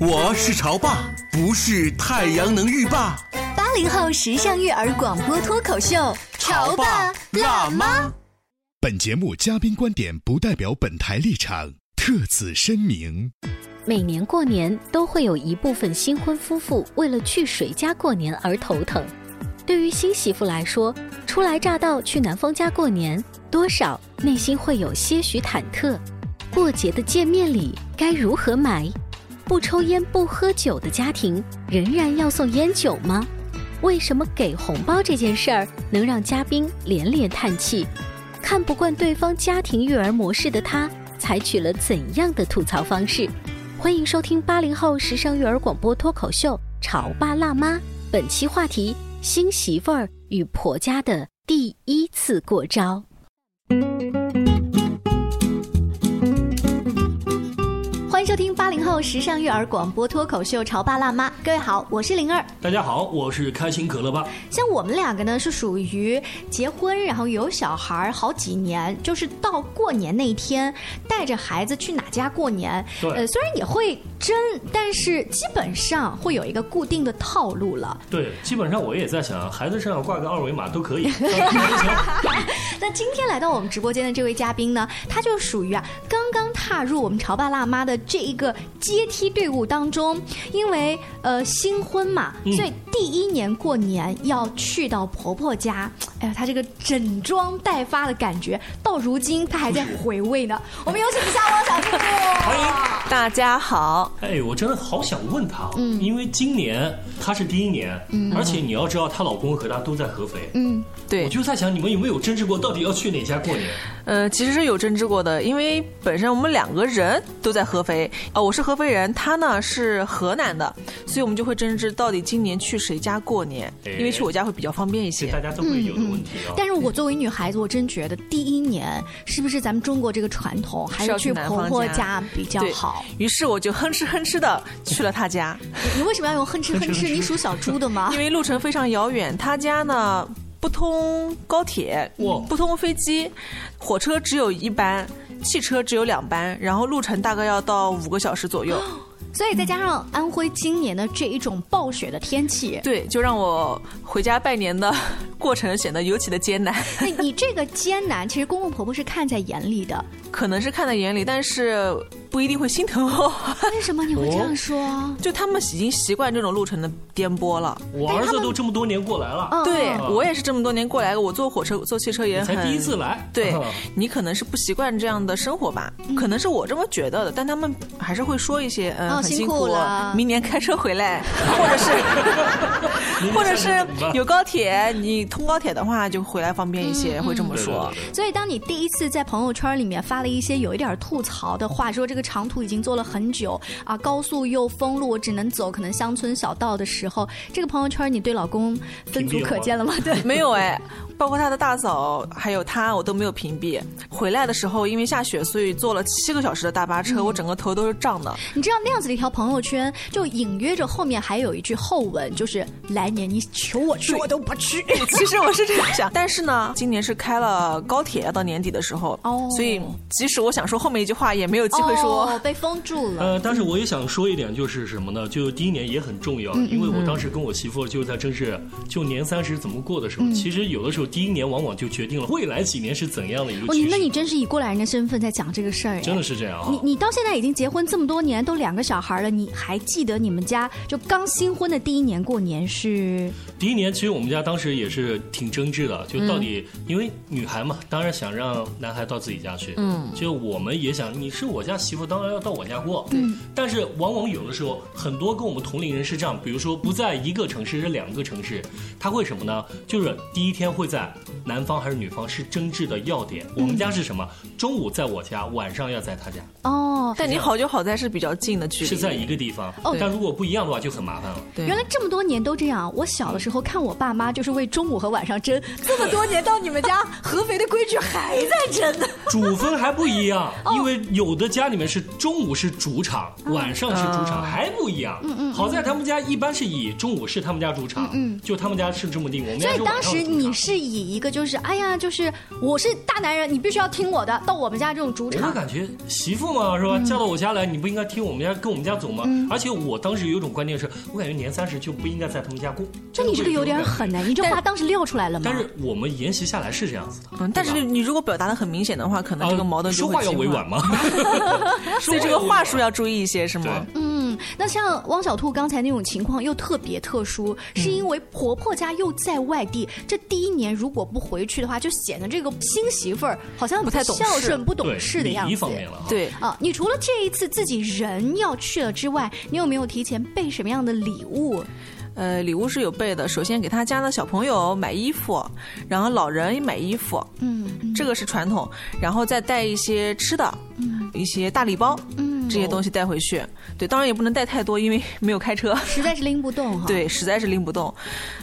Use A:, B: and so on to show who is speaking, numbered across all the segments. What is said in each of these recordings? A: 我是潮爸，不是太阳能浴霸。
B: 八零后时尚育儿广播脱口秀，潮爸辣妈。
A: 妈。
C: 本节目嘉宾观点不代表本台立场，特此声明。
D: 每年过年都会有一部分新婚夫妇为了去谁家过年而头疼。对于新媳妇来说，初来乍到去男方家过年，多少内心会有些许忐忑。过节的见面礼该如何买？不抽烟不喝酒的家庭仍然要送烟酒吗？为什么给红包这件事儿能让嘉宾连连叹气？看不惯对方家庭育儿模式的他，采取了怎样的吐槽方式？欢迎收听八零后时尚育儿广播脱口秀《潮爸辣妈》，本期话题：新媳妇儿与婆家的第一次过招。
B: 欢迎收听八零后时尚育儿广播脱口秀《潮爸辣妈》，各位好，我是灵儿。
E: 大家好，我是开心可乐爸。
B: 像我们两个呢，是属于结婚然后有小孩儿好几年，就是到过年那一天带着孩子去哪家过年。
E: 对
B: 呃，虽然也会争，但是基本上会有一个固定的套路了。
E: 对，基本上我也在想，孩子身上挂个二维码 都可以，当然也行
B: 那今天来到我们直播间的这位嘉宾呢，他就属于啊刚刚踏入我们潮爸辣妈的这一个阶梯队伍当中，因为呃新婚嘛，
E: 嗯
B: 所以第一年过年要去到婆婆家，哎呀，他这个整装待发的感觉，到如今他还在回味呢。我们有请一下汪小姑
E: 欢迎。
F: 大家好，
E: 哎，我真的好想问她，
B: 嗯
E: 因为今年她是第一年，而且你要知道，她老公和她都在合肥。
B: 嗯
E: 我
F: 对，
E: 就在想，你们有没有争执过，到底要去哪家过年？
B: 嗯
F: 呃，其实是有争执过的，因为本身我们两个人都在合肥，啊、我是合肥人，他呢是河南的，所以我们就会争执到底今年去谁家过年，
E: 哎
F: 因为去我家会比较方便一
E: 这
F: 些
E: 大。家都会有的问题啊。
B: 但是我作为女孩子，我真觉得第一年是不是咱们中国这个传统，还
F: 是
B: 是
F: 要去
B: 去
F: 男
B: 婆
F: 方
B: 婆
F: 家
B: 家比较
F: 对
B: 好？
F: 于是我就哼哧哼哧的去了他家，
B: 你你为什么要用哼哧哼哧？你属小猪的吗
E: 啊
F: 因？为路程非常遥远，他家呢不通高铁
E: 哇，
F: 不通飞机，火车只有一班，汽车只有两班，然后路程大概要到五个小时左 右。哦
B: 所以再加上安徽今年的这一种暴雪的天 气，
F: 对，就让我回家拜年的 过程显得尤其的艰难，
B: 那你这个艰难，其实公公婆婆是看在眼里 的。
F: 可能是看在眼里，但是不一定会心疼我。
B: 为什么你会这样说？
F: 就他们已经习惯这种路程的颠簸了。
E: 我儿子都这么多年过来了，
B: 嗯
F: 对、
B: 嗯
F: 我也是这么多年过来，我坐火车、坐汽车也
E: 才
F: 很
E: 第一次。来。嗯
F: 对 你可能是不习惯这样的生活吧，
B: 嗯
F: 可能是我这么觉得的，但他们还是会说一些，嗯，
B: 哦
F: 很
B: 辛
F: 辛
B: 苦
F: 苦
B: 了
F: 明年开车回来，或者是，或者是有高铁，你通高铁的话就回来方便一
B: 嗯
F: 些，会这么
E: 对对
F: 说。
E: 对对
B: 所以，当你第一次在朋友圈里面发了一些有一点吐槽的话，说这个长途已经做了很久啊，高速又封路，我只能走可能乡村小道的时候，这个朋友圈你对老公分组可见了吗？对，
F: 没有哎，包括他的大嫂，还有他，我都没有屏蔽。回来的时候，因为下雪，所以坐了七个小时的大巴车，我整个头都是胀的。
B: 你知道那样子的一条朋友圈，就隐约着后面还有一句后文，就是来年你求我去，我都不去。
F: 其实我是这样想，但是呢，今年是开了高铁，到年底的时候，
B: 哦
F: 所以即使我想说后面一句话，也没有机会说。
B: 哦、被封住了。
E: 呃，但是
B: 嗯
E: 我也想说一点，就是什么呢？就第一年也很重要，因为
B: 嗯
E: 我当时跟我媳妇就是在争执，就年三十怎么过的时候，
B: 嗯
E: 其实有的时候第一年往往就决定了未来几年是怎样的一个
B: 哦，
E: 趋
B: 你
E: 势。
B: 那你真是以过来人的身份在讲这个事儿哎，
E: 真的是这样啊
B: 你？你到现在已经结婚这么多年，都两个小孩了，你还记得你们家就刚新婚的第一年过年是？
E: 第一年其实我们家当时也是是挺争执的，就到底、因为女孩嘛，当然想让男孩到自己家去，
F: 嗯
E: 就我们也想你是我家媳妇，当然要到我家过，
F: 对
E: 但是往往有的时候，很多跟我们同龄人是这样，比如说不在一个城市，是两个城市，他会什么呢？就是第一天会在男方还是女方是争执的要点，我们家是什么？中午在我家，晚上要在他家，
B: 哦，
F: 但你好就好在是比较近的距离，
E: 是在一个地方
B: 哦，
E: 但如果不一样的话就很麻烦了。
F: 对
B: 原来这么多年都这样。啊我小的时候看我爸妈就是为中午和晚上争，这么多年到你们家合肥的规矩还在争呢。
E: 主分还不一样，因为有的家里面是中午是主场，
B: 嗯
E: 晚上是主
B: 哦
E: 场，还不一样。嗯嗯。好在他们家一般是以中午是他们家主场，嗯，就他们家是这么定，我们
B: 所
E: 家
B: 以
E: 是晚
B: 当
E: 上啊
B: 时
E: 主场
B: 你是以一个就是哎呀，就是我是大男人，你必须要听我的，到我们家这种主
E: 我会
B: 场。
E: 感觉媳妇嘛是吧，嫁到我家来，你不应该听我们家跟我们家走吗？
B: 嗯
E: 而且我当时有一种观念是，我感觉年三十就不应该在他们家过。
B: 就你这个有点狠呢，你这话当时撂出来了吗？
E: 但是我们研习下来是这样子的，
F: 嗯，但是你如果表达的很明显的话，可能这个矛盾就
E: 哦说话
F: 会
E: 啊要
F: 激
E: 委
F: 化
E: 婉，吗？
F: 所以这个话术要注意一些，是
E: 对
F: 吗？
B: 嗯，那像汪小兔刚才那种情况又特别特殊，
F: 嗯
B: 是因为婆婆家又在外地，这第一年如果不回去的话，就显得这个新媳妇儿好像
F: 不太懂事
B: 孝顺、不 懂
E: 对
B: 事的样
E: 礼
B: 子。
E: 仪方面了哈。
F: 对，
B: 啊，你除了这一次自己人要去了之外，你有没有提前备什么样的礼物？
F: 呃，礼物是有备的。首先给他家的小朋友买衣服，然后老人也买衣服，
B: 嗯，
F: 这个是传统。然后再带一些吃的，一些大礼包，
B: 嗯
F: 这些东西带回去。对，当然也不能带太多，因为没有开车。
B: 实在是拎不动哈。，
F: 对，实在是拎不动。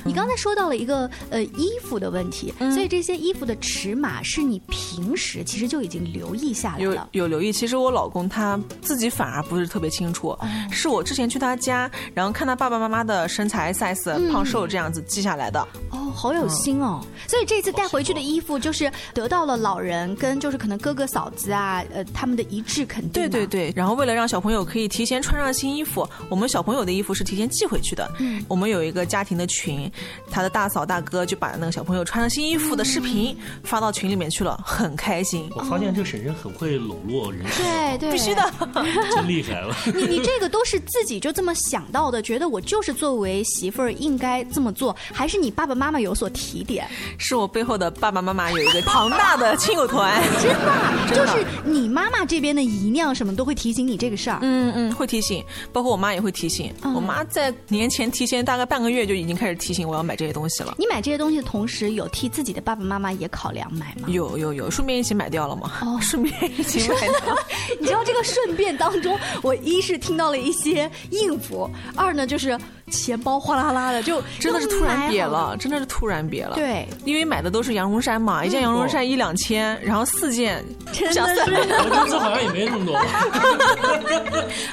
B: 你刚才说到了一个呃衣服的问题，
F: 嗯
B: 所以这些衣服的尺码是你平时其实就已经留意下来
F: 有
B: 了。
F: 有留意，其实我老公他自己反而不是特别清楚，
B: 哦
F: 是我之前去他家，然后看他爸爸妈妈的身材、size、胖
B: 嗯
F: 瘦这样子记下来的。
B: 哦，好有心
F: 嗯
B: 哦！所以这次带回去的衣服就是得到了老人跟就是可能哥哥嫂子啊，呃，他们的一致肯定。
F: 对对，对，然后为了让小朋友可以提前穿上新衣服，我们小朋友的衣服是提前寄回去的。嗯，我们有一个家庭的群，他的大嫂大哥就把那个小朋友穿上新衣服的视频
B: 嗯
F: 发到群里面去了，很开心。
E: 我发现这婶婶很会笼络人 心，
B: 对对，
F: 必须的。，
E: 真厉害了。
B: 你你这个都是自己就这么想到的，觉得我就是作为媳妇儿应该这么做，还是你爸爸妈妈有所提点？
F: 是我背后的爸爸妈妈有一个庞大的亲友团。
B: 真的，
F: 真的
B: 就是你妈妈这边的姨娘什么都会提醒你这个事儿。
F: 嗯嗯，会提醒，包括我妈也会提醒。
B: 嗯
F: 我妈在年前提前大概半个月就已经开始提醒我要买这些东西了。
B: 你买这些东西的同时，有替自己的爸爸妈妈也考量买吗？
F: 有有有，顺便一起买掉了嘛？
B: 哦
F: 顺便一起买掉。
B: 你知道这个顺便当中，我一是听到了一些应付，二呢就是钱包哗啦啦的，就
F: 真的是突然瘪
B: 别。
F: 了，真的是突然瘪了。，
B: 对，嗯
F: 因为买的都是羊绒衫嘛，一件羊绒衫一两千，然后四件，
B: 真
F: 想
B: 的
F: 算
B: 是。
E: 我工资好像也没那么多，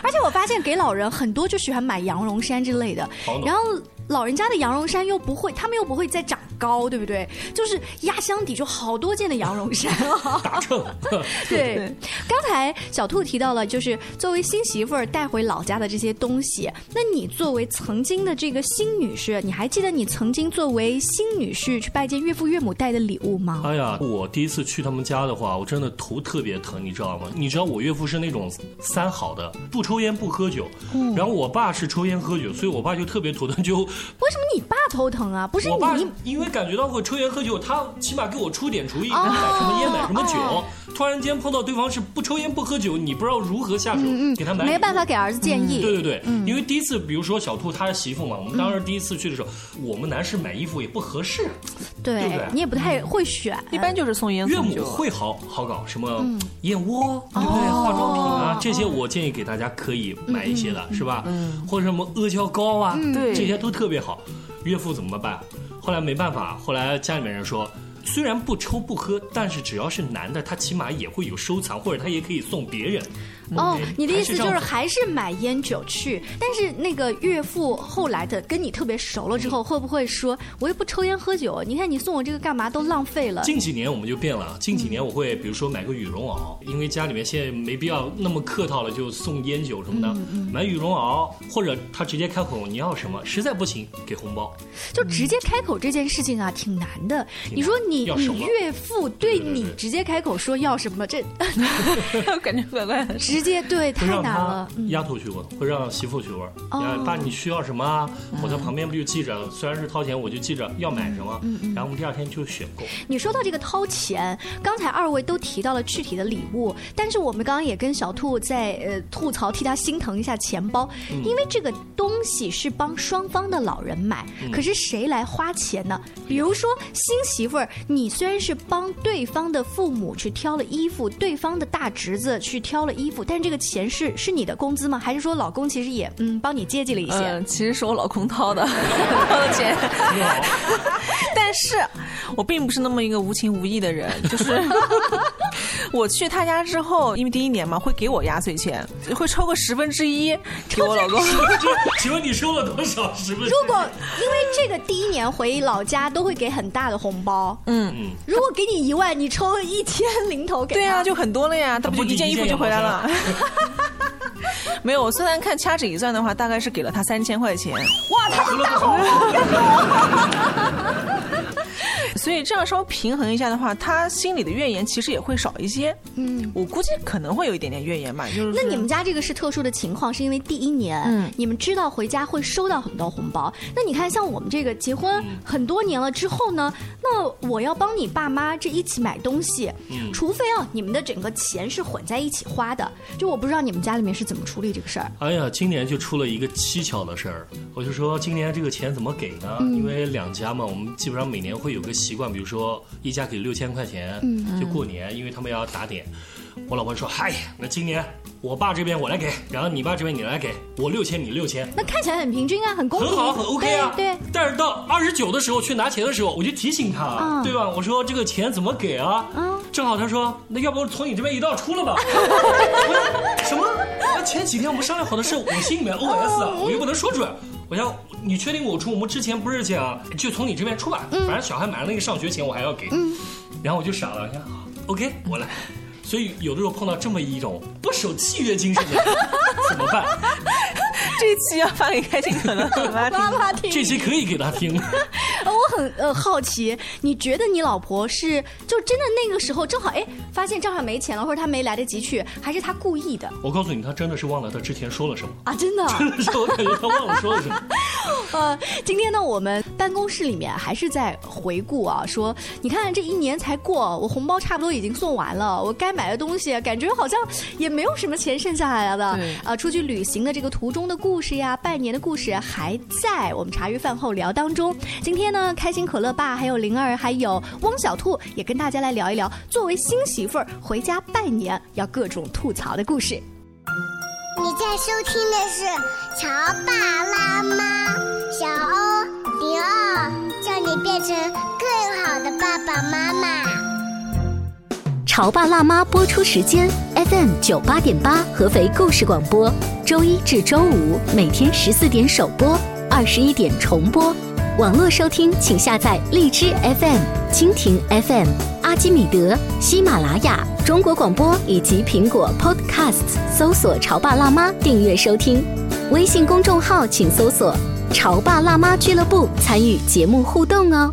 B: 而且我发现给老人很多就喜欢买羊绒衫之类的
E: 好，暖
B: 然后老人家的羊绒衫又不会，他们又不会再长高，对不对？就是压箱底就好多件的羊绒衫、啊。
E: 打秤。
B: 对，刚才小兔提到了，就是作为新媳妇儿带回老家的这些东西。那你作为曾经的这个新女婿，你还记得你曾经作为新女婿去拜见岳父岳母带的礼物 吗？
E: 哎呀，我第一次去他们家的话，我真的头特别疼，你知道吗？你知道我岳父是那种三好的，不抽烟不喝酒，
B: 嗯
E: 然后我爸是抽烟喝酒，所以我爸就特别头疼。就
B: 为什么你爸头疼啊？不是
E: 我爸
B: 你
E: 因为感觉到我抽烟喝酒，他起码给我出点主意，
B: 啊
E: 买什么烟买什么酒。突然间碰到对方是不抽烟不喝酒，你不知道如何下手给他买
B: 嗯
E: 礼物。
B: 没办法嗯给儿子建议。
E: 对对对，因为第一次，比如说小兔她是媳妇嘛，我们当
B: 嗯
E: 时第一次去的时候，我们男士买衣服也不合适，啊
B: 对
E: 对不对
B: 你也不太会选，
F: 一般就是嗯送烟
E: 岳
F: 送
E: 母
F: 酒。
E: 会好好搞什么燕窝，对不
F: 哦
E: 对？化妆品啊，这些我建议给大家可以买一些的，
F: 嗯
E: 是吧？或者什么阿胶糕啊，
F: 对
E: 这些都特别好。岳父怎么办？后来没办法，后来家里面人说。虽然不抽不喝，但是只要是男的，他起码也会有收藏，或者他也可以送别人。
B: 哦
E: 对，
B: 你的意思就是
E: 还是这样子
B: 还是买烟酒去，但是那个岳父后来的跟你特别熟了之后，会不会说我又不抽烟喝酒，你看你送我这个干嘛都浪费了？
E: 近几年我们就变了，啊近几
B: 嗯
E: 年我会比如说买个羽绒袄，因为家里面现在没必要那么客套了，就送烟酒什么
B: 嗯
E: 的，买羽绒袄，或者他直接开口你要什么，实在不行给红包。
B: 就直接开口这件事情啊，挺难的。
E: 嗯难
B: 你说你
E: 要什么
B: 你岳父对
E: 对对
B: 你
E: 对
B: 直接开口说要什么，这
F: 感觉怪怪的。
B: 直直接对，太
E: 会让
B: 难
E: 他
B: 了。嗯
E: 丫头去问，会让媳妇去问。
B: 哦嗯
E: 呀，爸，你需要什么啊？我在旁边不就记着，虽然是掏钱，我就记着要买什么。然后我们第二天就选购。
B: 你说到这个掏钱，刚才二位都提到了具体的礼物，但是我们刚刚也跟小兔在呃吐槽，替他心疼一下钱包，因为这个东西是帮双方的老人买，可是谁来花钱呢？比如说新媳妇儿，你虽然是帮对方的父母去挑了衣服，对方的大侄子去挑了衣服，但是这个钱是是你的工资吗？还是说老公其实也嗯帮你接济了一些？
F: 嗯，其实是我老公掏的，掏的钱。但是，我并不是那么一个无情无义的人，就是 我去他家之后，因为第一年嘛，会给我压岁钱，会抽个十分之一给我老公。
E: 请问你收了多少？是不是？
B: 如果因为这个第一年回老家都会给很大的红包，嗯，如果给你一万，你抽一千零头给他，
F: 对
E: 啊
F: 呀、就很多了呀，他不就一件衣服就回来了？ 没有，我虽然看掐指一算的话，大概是给了他三千块钱。
E: 哇，他收了多少？
F: 所以这样稍微平衡一下的话，他心里的怨言其实也会少一些。嗯，我估计可能会有一点点怨言吧，就是
B: 那你们家这个是特殊的情况，是因为第一年，
F: 嗯
B: 你们知道回家会收到很多红包。那你看，像我们这个结婚很多年了之后呢，那我要帮你爸妈这一起买东西，
E: 嗯
B: 除非啊，你们的整个钱是混在一起花的。就我不知道你们家里面是怎么处理这个事儿。
E: 哎呀，今年就出了一个蹊跷的事儿，我就说今年这个钱怎么给呢？因为两家嘛，我们基本上每年会有个习惯，比如说一家给六千块钱，就过年，因为他们要打点。我老婆说：“嗨，那今年我爸这边我来给，然后你爸这边你来给，我六千，你六千。”
B: 那看起来很平均啊，很公平，
E: 很好，很 OK 啊。
B: 对。对
E: 但是到二十九的时候去拿钱的时候，我就提醒他，
B: 嗯
E: 对吧？我说这个钱怎么给啊？
B: 嗯
E: 正好他说，那要不从你这边一道出了 吧？我说什么？那前几天我们商量好的事，我心里面 OS
B: 哦
E: 啊，我又不能说出来。我想，你确定我出？我们之前不是讲就从你这边出吧？
B: 嗯
E: 反正小孩马上那个上学钱我还要给。然后我就傻了，我想好 OK，我来。所以有的时候碰到这么一种不守契约精神 的人，怎么办？
F: 这期要啊发给开心可 乐和妈听。
B: 妈妈听
E: 这期可以给他听。
B: 呃，我很呃好奇，你觉得你老婆是就真的那个时候正好哎发现账上没钱了，或者她没来得及去，还是她故意的
E: 我告诉你，他真的是忘了他之前说了什么，
B: 啊？真的。
E: 真的是我感觉他忘了说了什么。
B: 呃，今天呢，我们办公室里面还是在回顾啊，说你看这一年才过，我红包差不多已经送完了，我该买的东西啊感觉好像也没有什么钱剩下来了
F: 对。
B: 啊，出去旅行的这个途中的故事呀，拜年的故事还在我们茶余饭后聊当中。今天呢，开心可乐爸还有灵儿还有汪小兔也跟大家来聊一聊，作为新媳妇儿回家拜年要各种吐槽的故事。
G: 你在收听的是《潮爸辣妈》，小欧零二，叫你变成更好的爸爸妈妈。
D: 《潮爸辣妈》播出时间：FM 九八点八，合肥故事广播，周一至周五每天十四点首播，二十一点重播。网络收听，请下载荔枝 FM、蜻蜓 FM、阿基米德、喜马拉雅、中国广播以及苹果 Podcasts，搜索“潮爸辣妈”订阅收听。微信公众号请搜索“潮爸辣妈俱乐部”，参与节目互动哦。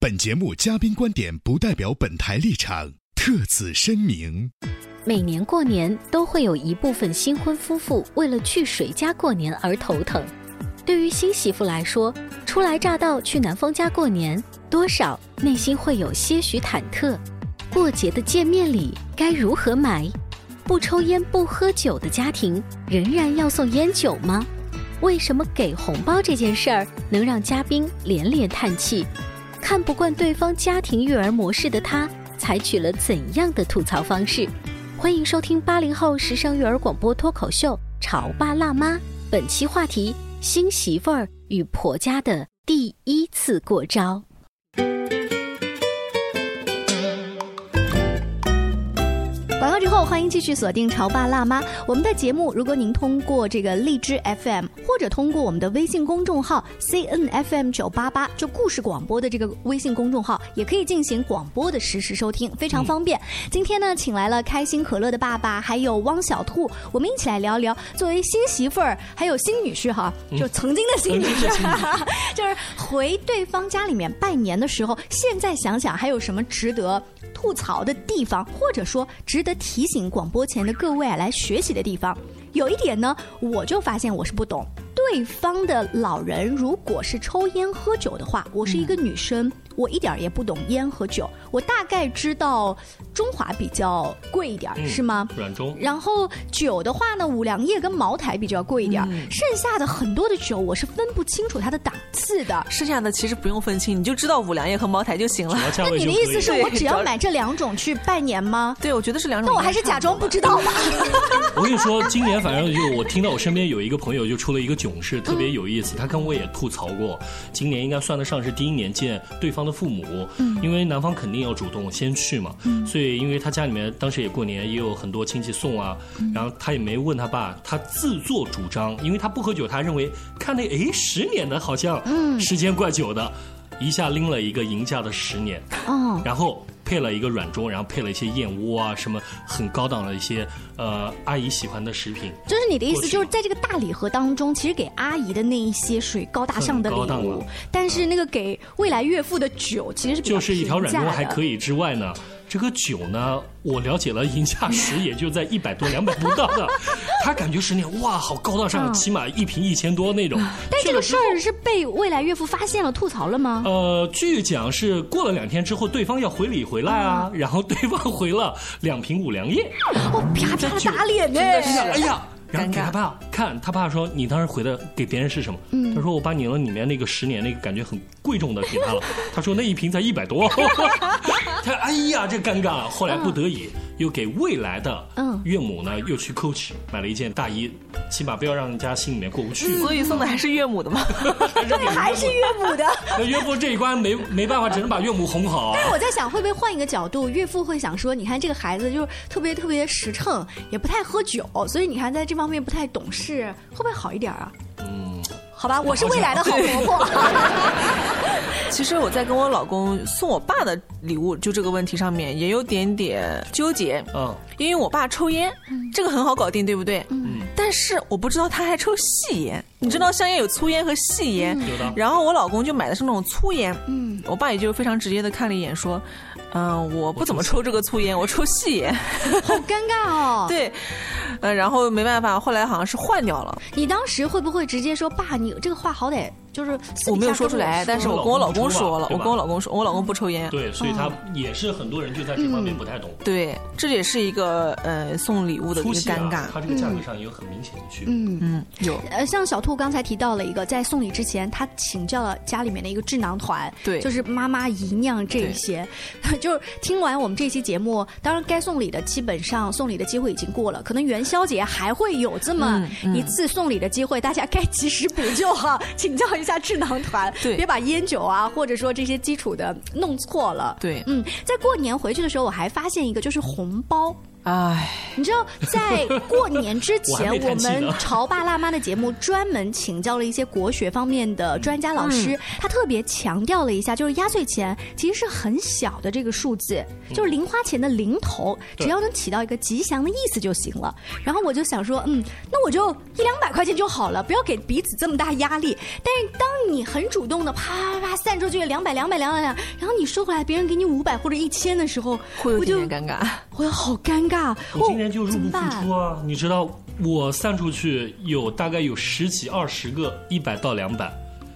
C: 本节目嘉宾观点不代表本台立场，特此声明。
D: 每年过年都会有一部分新婚夫妇为了去谁家过年而头疼。对于新媳妇来说，初来乍到去男方家过年，多少内心会有些许忐忑。过节的见面礼该如何买？不抽烟不喝酒的家庭仍然要送烟酒吗？为什么给红包这件事儿能让嘉宾连连叹气？看不惯对方家庭育儿模式的他，采取了怎样的吐槽方式？欢迎收听八零后时尚育儿广播脱口秀《潮爸辣妈》，本期话题：新媳妇儿与婆家的第一次过招。
B: 广告之后，后，欢迎继续锁定《潮爸辣妈》我们的节目。如果您通过这个荔枝 FM 或者通过我们的微信公众号 CNFM 九八八，就故事广播的这个微信公众号，也可以进行广播的实时收听，非常方便。今天呢，请来了开心可乐的爸爸，还有汪小兔，我们一起来聊聊作为新媳妇儿还有新女婿哈，就嗯曾经的新女婿， 就是回对方家里面拜年的时候，现在想想还有什么值得吐槽的地方，或者说值得提醒广播前的各位啊来学习的地方。有一点呢，我就发现我是不懂。对方的老人如果是抽烟喝酒的话，我是一个女生，我一点儿也不懂烟和酒，我大概知道中华比较贵一点儿，
E: 嗯
B: 是吗？
E: 软中，
B: 然后酒的话呢，五粮液跟茅台比较贵一点儿，剩下的很多的酒我是分不清楚它的档次的。
F: 剩下的其实不用分清，你就知道五粮液和茅台就行了。
B: 那你的意思是我只要买这两种去拜年 吗？
F: 对，我觉得是两种。
B: 那我还是假装不知道吧。
E: 我跟你说，今年反正就我听到我身边有一个朋友就出了一个囧事，特别有意思。他跟我也吐槽过，今年应该算得上是第一年见对方的父母，因为男方肯定要主动先去嘛，所以因为他家里面当时也过年，也有很多亲戚送啊，然后他也没问他爸，他自作主张，因为他不喝酒，他认为看那诶十年的好像时间怪久的，一下拎了一个银价的十年，
B: 哦，
E: 然后配了一个软中，然后配了一些燕窝啊，什么很高档的一些呃阿姨喜欢的食品，
B: 就是你的意
E: 过
B: 思，
E: 去
B: 就是在这个大礼盒当中，其实给阿姨的那一些属于高大上的礼
E: 很高档
B: 物
E: 了，
B: 但是那个给未来岳父的酒其实是比较
E: 就是一条软中
B: 平价
E: 还
B: 的
E: 可以之外呢，这个酒呢，我了解了银价十也就在一百多两百不到 的，他感觉十年哇好高大上，
B: 嗯
E: 起码一瓶一千多那种。
B: 但
E: 去
B: 这
E: 了
B: 个
E: 之
B: 事
E: 后
B: 儿是被未来岳父发现了吐槽了吗？
E: 呃，据讲是过了两天之后，对方要回礼回来啊，
B: 嗯
E: 然后对方回了两瓶五粮液，
B: 哦，啪啪打脸呢！
E: 哎呀，然后给他爸看，他爸说你当时回的给别人是什么？
B: 嗯
E: 他说我把你了里面那个十年那个感觉很贵重的给他了。他说那一瓶才一百多， 他哎呀这尴尬。后来不得已又给未来的
F: 嗯
E: 岳母呢又去 Coach 买了一件大衣，起码不要让人家心里面过不去。
F: 所以送的还是岳母的嘛，
B: 哎对，还是岳母的。
E: 那岳父这一关没没办法，只能把岳母哄好啊
B: 但。是我在想，会不会换一个角度，岳父会想说，你看这个孩子就是特别特别实诚，也不太喝酒，所以你看在这方面不太懂事，会不会好一点啊？
E: 嗯，
B: 好吧，我是未来的好婆婆。
F: 其实我在跟我老公送我爸的礼物，就这个问题上面也有点点纠结。
E: 嗯，
F: 因为我爸抽烟，
B: 嗯
F: 这个很好搞定，对不对？
E: 嗯。
F: 但是我不知道他还抽细烟，你知道香烟有粗烟和细烟
E: 嗯有的，
F: 然后我老公就买的是那种粗烟。
B: 嗯，
F: 我爸也就非常直接的看了一眼，说：“嗯、我不怎么抽这个粗烟，我抽细烟。
B: 好尴尬哦。
F: 对，呃，然后没办法，后来好像是换掉了。
B: 你当时会不会直接说爸，你这个话好歹就是私底下
F: 我没有说出来，
B: 跟
F: 但
B: 我
F: 是我
B: 说嗯
F: 跟我老公说了，
E: 对
F: 我
E: 吧
F: 跟我老公说，我老公不抽烟。
E: 对，所以他也是很多人就在这方面不太懂。
F: 对，这也是一个呃送礼物的一
E: 粗
F: 个
E: 细
F: 尴尬
E: 啊，。它这个价格上也有很明显的区别。
B: 嗯
F: 嗯，有
B: 呃，像小兔刚才提到了一个，在送礼之前，他请教了家里面的一个智囊团，
F: 对
B: 就是妈妈、姨娘这一些。 就是听完我们这期节目，当然该送礼的基本上送礼的机会已经过了，可能元宵节还会有这么
F: 嗯嗯
B: 一次送礼的机会，大家该及时补救哈、请教一下智囊团，
F: 对
B: 别把烟酒啊，或者说这些基础的弄错了。
F: 对，
B: 嗯，在过年回去的时候，我还发现一个，就是红包。
F: 唉，
B: 你知道，在过年之
E: 我还
B: 前，
E: 没
B: 我
E: 叹气呢
B: 们潮爸辣妈的节目专门请教了一些国学方面的专家老
E: 嗯
B: 师，他特别强调了一下，就是压岁钱其实是很小的这个数字，就是零花钱的零头，
E: 嗯对
B: 只要能起到一个吉祥的意思就行了。然后我就想说，嗯，那我就一两百块钱就好了，不要给彼此这么大压力。但是当你很主动的啪啪啪散出去两百两百两百两，然后你收回来，别人给你五百或者一千的时候，
F: 哎会有
B: 我就
F: 点尴尬。
B: 我好尴尬。哦
E: 我今年就入
B: 怎
E: 不
B: 么
E: 敷
B: 办？
E: 出啊！你知道我散出去有大概有十几二十个，一百到两百。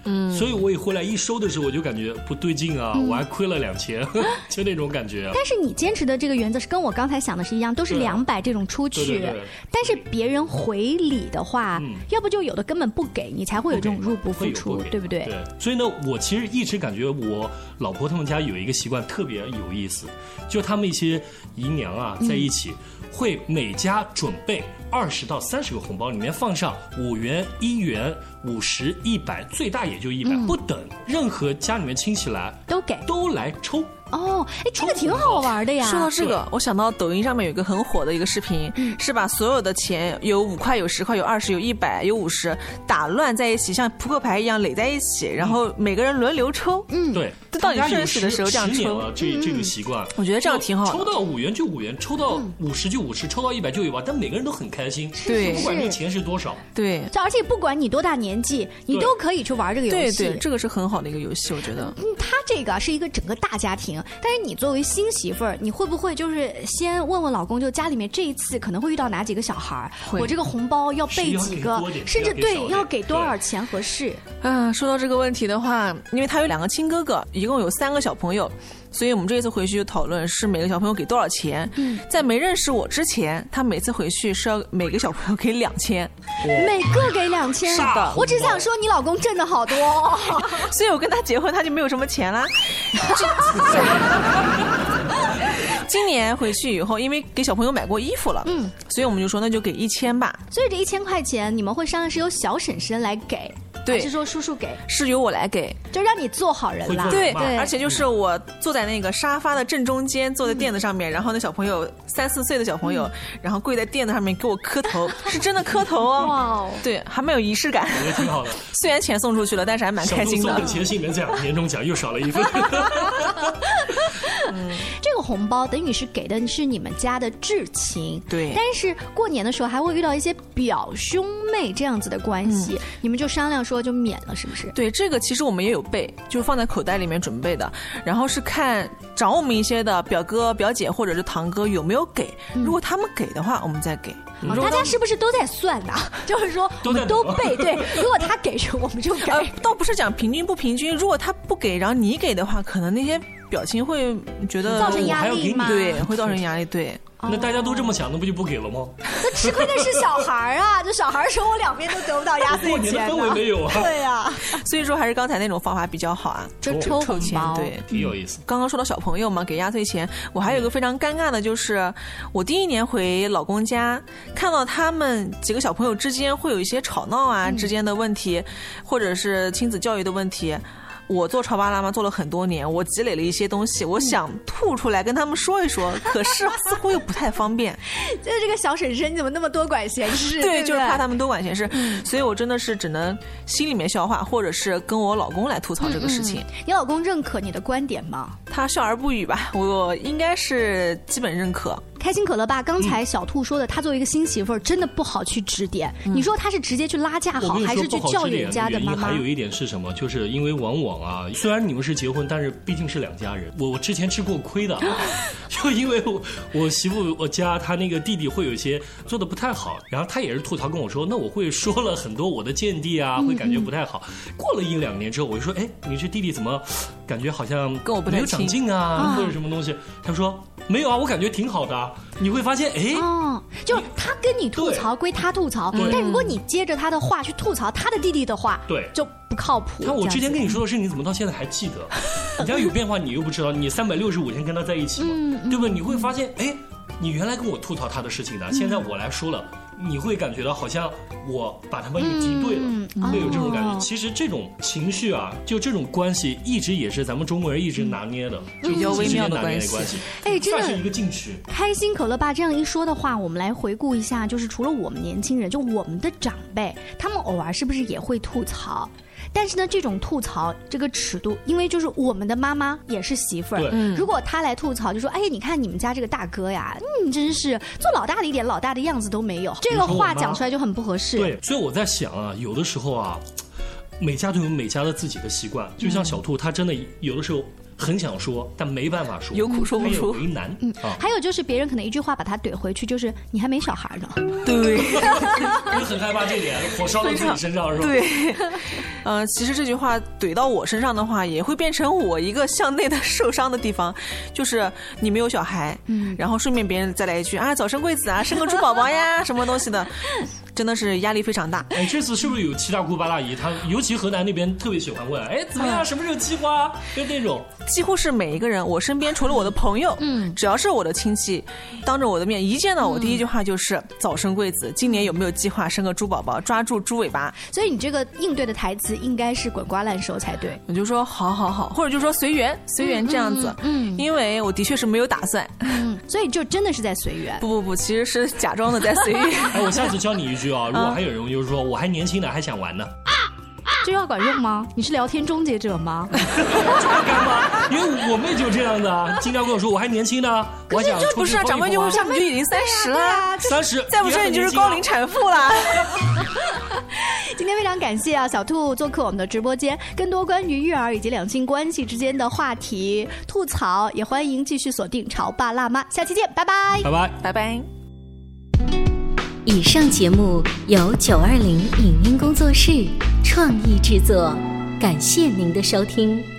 E: 嗯，所以我一回来一收的时候，我就感觉不对劲啊，
B: 嗯
E: 我还亏了两千， 就那种感觉啊。
B: 但是你坚持的这个原则是跟我刚才想的是一样，都是
E: 对啊
B: 两百这种出
E: 对
B: 去
E: 对对。
B: 但是别人回礼的话
E: 嗯，
B: 要不就有的根本不给你，才会有这种入不敷
E: 会有
B: 出
E: 会，有
B: 对不对？
E: 对，所以呢，我其实一直感觉我老婆他们家有一个习惯特别有意思，就他们一些姨娘啊在一
F: 嗯
E: 起，会每家准备二十到三十个红包，里面放上五元、一元、五十、
F: 嗯
E: 一百，最大也就一百、不等，任何家里面亲戚来
B: 都给
E: 都来抽。
B: 哦，哎，这个挺好玩的呀。
F: 说到这个，我想到抖音上面有一个很火的一个视频，是把所有的钱有五块、有十块、有二十、有一百、有五十打乱在一起，像扑克牌一样垒在一起，然后每个人轮流抽。
B: 嗯，
E: 对，
F: 到你
E: 大家有
F: 顺序的时候这样
E: 十年
F: 抽嗯
E: 了，。这这个习惯，
F: 我觉得这样挺好的
E: 抽到五元就五元，抽到五十就五十，抽到一百就一百，但每个人都很开心，
F: 嗯对
E: 不管这个钱是多少。
F: 对，
B: 这而且不管你多大年纪，你
E: 对
B: 都可以去玩这个游
F: 对
B: 戏。
F: 对，这个是很好的一个游戏，我觉得。
B: 嗯，他这个是一个整个大家庭，但是你作为新媳妇儿，你会不会就是先问问老公，就家里面这一次可能会遇到哪几个小孩儿？
F: 会
B: 我这个红包要备几个
F: 要给多点，
B: 甚至
F: 要给少
B: 对
F: 点
B: 要给多少钱合适？
F: 啊，说到这个问题的话，因为他有两个亲哥哥，一共有三个小朋友，所以我们这一次回去就讨论是每个小朋友给多少钱。
B: 嗯
F: 在没认识我之前，他每次回去是要每个小朋友给两千，
B: 每个给两千，
F: 是的
B: 我只想说你老公挣的好多 哦，
F: 所以我跟他结婚他就没有什么钱啦。 今年回去以后，因为给小朋友买过衣服了，嗯，所以我们就说那就给一千吧，
B: 所以这一千块钱你们会商量是由小婶婶来给，
F: 对
B: 还是说叔叔给，
F: 是由我来给。
B: 就让你做好人啦。
F: 对，而且就是我坐在那个沙发的正中间，坐在垫子上面，然后那小朋友三四岁的小朋
B: 嗯
F: 友，然后跪在垫子上面给我 磕头，是真的磕头哦。
B: 哇哦，
F: 对，还蛮有仪式感，
E: 我觉得挺好的。
F: 虽然钱送出去了，但是还 蛮
E: 小
F: 开
E: 众
F: 心
E: 送
F: 的
E: 的。钱新年奖、年终奖又少了一 份。
B: 这个红包等于是给的是你们家的至亲，
F: 对
B: 但是过年的时候还会遇到一些表兄妹这样子的关系，你们就商量说就免了，是不是？
F: 对，这个其实我们也有备，就是放在口袋里面准备的。然后是看找我们一些的表哥、表姐或者是堂哥有没有给，
B: 嗯
F: 如果他们给的话，我们再给。
B: 啊
F: 如果
B: 大
F: 都
B: 家是不是都在算呢？ 就是说我
F: 都在
B: 们都背，对，如果他给是我们就给。
F: 呃，倒不是讲平均不平均，如果他不给，然后你给的话，可能那些表情会觉得
B: 造成 压力我还要给你吗
F: 对，会造成压力，对。
E: 那大家都这么想，那不就不给了吗？
B: 那吃亏的是小孩儿啊，就小孩儿说我两边都得不到压岁
E: 过年的
B: 钱呢。
E: 氛围没有啊
B: 对呀，
F: 所以说还是刚才那种方法比较好啊，
B: 就抽
F: 抽
B: 红
F: 钱
B: 包，
F: 对，嗯
E: 挺有意思。
F: 刚刚说到小朋友嘛，给压岁钱，我还有一个非常尴尬的，就是我第一年回老公家，看到他们几个小朋友之间会有一些吵闹啊、之间的问题，或者是亲子教育的问题。我做潮爸辣妈做了很多年，我积累了一些东西，我想吐出来跟他们说一说，可是 似乎又不太方便。
B: 就是这个小婶婶你怎么那么多管闲 事？
F: 对，嗯
B: 不
F: 就是怕他们多管闲事，所以我真的是只能心里面消化，或者是跟我老公来吐槽这个事情。
B: 嗯你老公认可你的观点吗？
F: 他笑而不语吧，我应该是基本认可。
B: 开心可乐爸，刚才小兔说的，他作为一个新媳妇儿，真的不好去指点。你说他是直接去拉架
E: 嗯我
B: 好，
E: 跟你
B: 还
E: 说
B: 是去
E: 不好
B: 教
E: 指
B: 育
E: 点
B: 人家的
E: 原因
B: 妈妈
E: 还？有一点是什么？就是因为往往啊，虽然你们是结婚，但是毕竟是两家人。我我之前吃过 亏的、啊，就因为我我媳妇我家她那个弟弟会有一些做的不太好，然后她也是吐槽跟我说，那我会说了很多我的见地啊，会
B: 嗯
E: 感觉不太好。过了一两年之后，我就说，哎，你这弟弟怎么感觉好像
F: 跟我不太
E: 没有长
F: 亲
E: 进啊，
B: 啊
E: 或者什么东西？她说没有啊，我感觉挺好的啊。你会发现，哎，
B: 哦，就是他跟你吐槽归他吐槽，
E: 对嗯
B: 但如果你接着他的话去吐槽他的弟弟的话，
E: 对
B: 就不靠谱。
E: 看我之前
B: 这
E: 跟
B: 样
E: 你
B: 子
E: 说的事情，你怎么到现在还记得？ 你要有变化，你又不知道。你三百六十五天跟他在一起嘛，对不对？你会发现，哎，你原来跟我吐槽他的事情的，现在我来说了，你会感觉到好像我把他们又敌对了，会有这种感觉。其实这种情绪啊，就这种关系，一直也是咱们中国人一直拿捏的，就
F: 比较
E: 夫妻
F: 微
E: 之
F: 妙
E: 间
F: 的
E: 拿捏
F: 关系
E: 关系，
B: 哎真的
E: 算是一个禁区。
B: 开心可乐爸这样一说的话，我们来回顾一下，就是除了我们年轻人，就我们的长辈，他们偶尔是不是也会吐槽？但是呢，这种吐槽这个尺度，因为就是我们的妈妈也是媳妇
E: 对
B: 儿，
E: 嗯
B: 如果她来吐槽，就说：“哎，你看你们家这个大哥呀，嗯，真是做老大了一点老大的样子都没有。”这
E: 如
B: 个
E: 说我
B: 话
E: 妈
B: 讲出来就很不合适。
E: 对，所以我在想啊，有的时候啊，每家都有每家的自己的习惯，就像小兔，他真的有的时候很想说，但没办法说，
F: 有苦说不
E: 他也
F: 出嗯
E: 为难 啊，
B: 还有就是别人可能一句话把他怼回去，就是你还没小孩呢。
F: 对，
E: 我很害怕这点，火烧到自己身上是吧？
F: 对，呃，其实这句话怼到我身上的话，也会变成我一个向内的受伤的地方，就是你没有 小孩，嗯，然后顺便别人再来一句啊，早生贵子啊，生个猪宝宝呀，什么东西的，真的是压力非常大。
E: 哎，这次是不是有七大姑八大姨？她尤其河南那边特别喜欢问，哎，怎么样？
F: 嗯
E: 什么时候计划？啊就那种，
F: 几乎是每一个人，我身边除了我的朋友，嗯，只要是我的亲戚，当着我的面一见到我，第一句话就是“早生贵子”，今年有没有计划生个猪宝宝？抓住猪尾巴。
B: 所以你这个应对的台词应该是滚瓜烂熟才对。
F: 我就说好好好，或者就说随缘随缘这样子，嗯，因为我的确是没有打算，
B: 嗯，所以就真的是在随缘。
F: 不不不，其实是假装的在随 缘。
E: 哎，我下次教你一句啊，如果还有人就是说我还年轻呢，还想玩呢。
B: 这要管用吗？你是聊天终结者吗？
E: 干嘛？因为我妹就这样的啊，经常跟我说我还年轻呢，我还想
F: 这不是啊，长辈就会说你就已经三十了，
E: 三十，
F: 再不说你就是高龄产妇了。
B: 今天非常感谢啊，小兔做客我们的直播间，更多关于育儿以及两性关系之间的话题吐槽，也欢迎继续锁定《潮爸辣妈》，下期见，拜拜，
E: 拜拜，
F: 拜拜。
D: 以上节目由九二零影音工作室创意制作，感谢您的收听。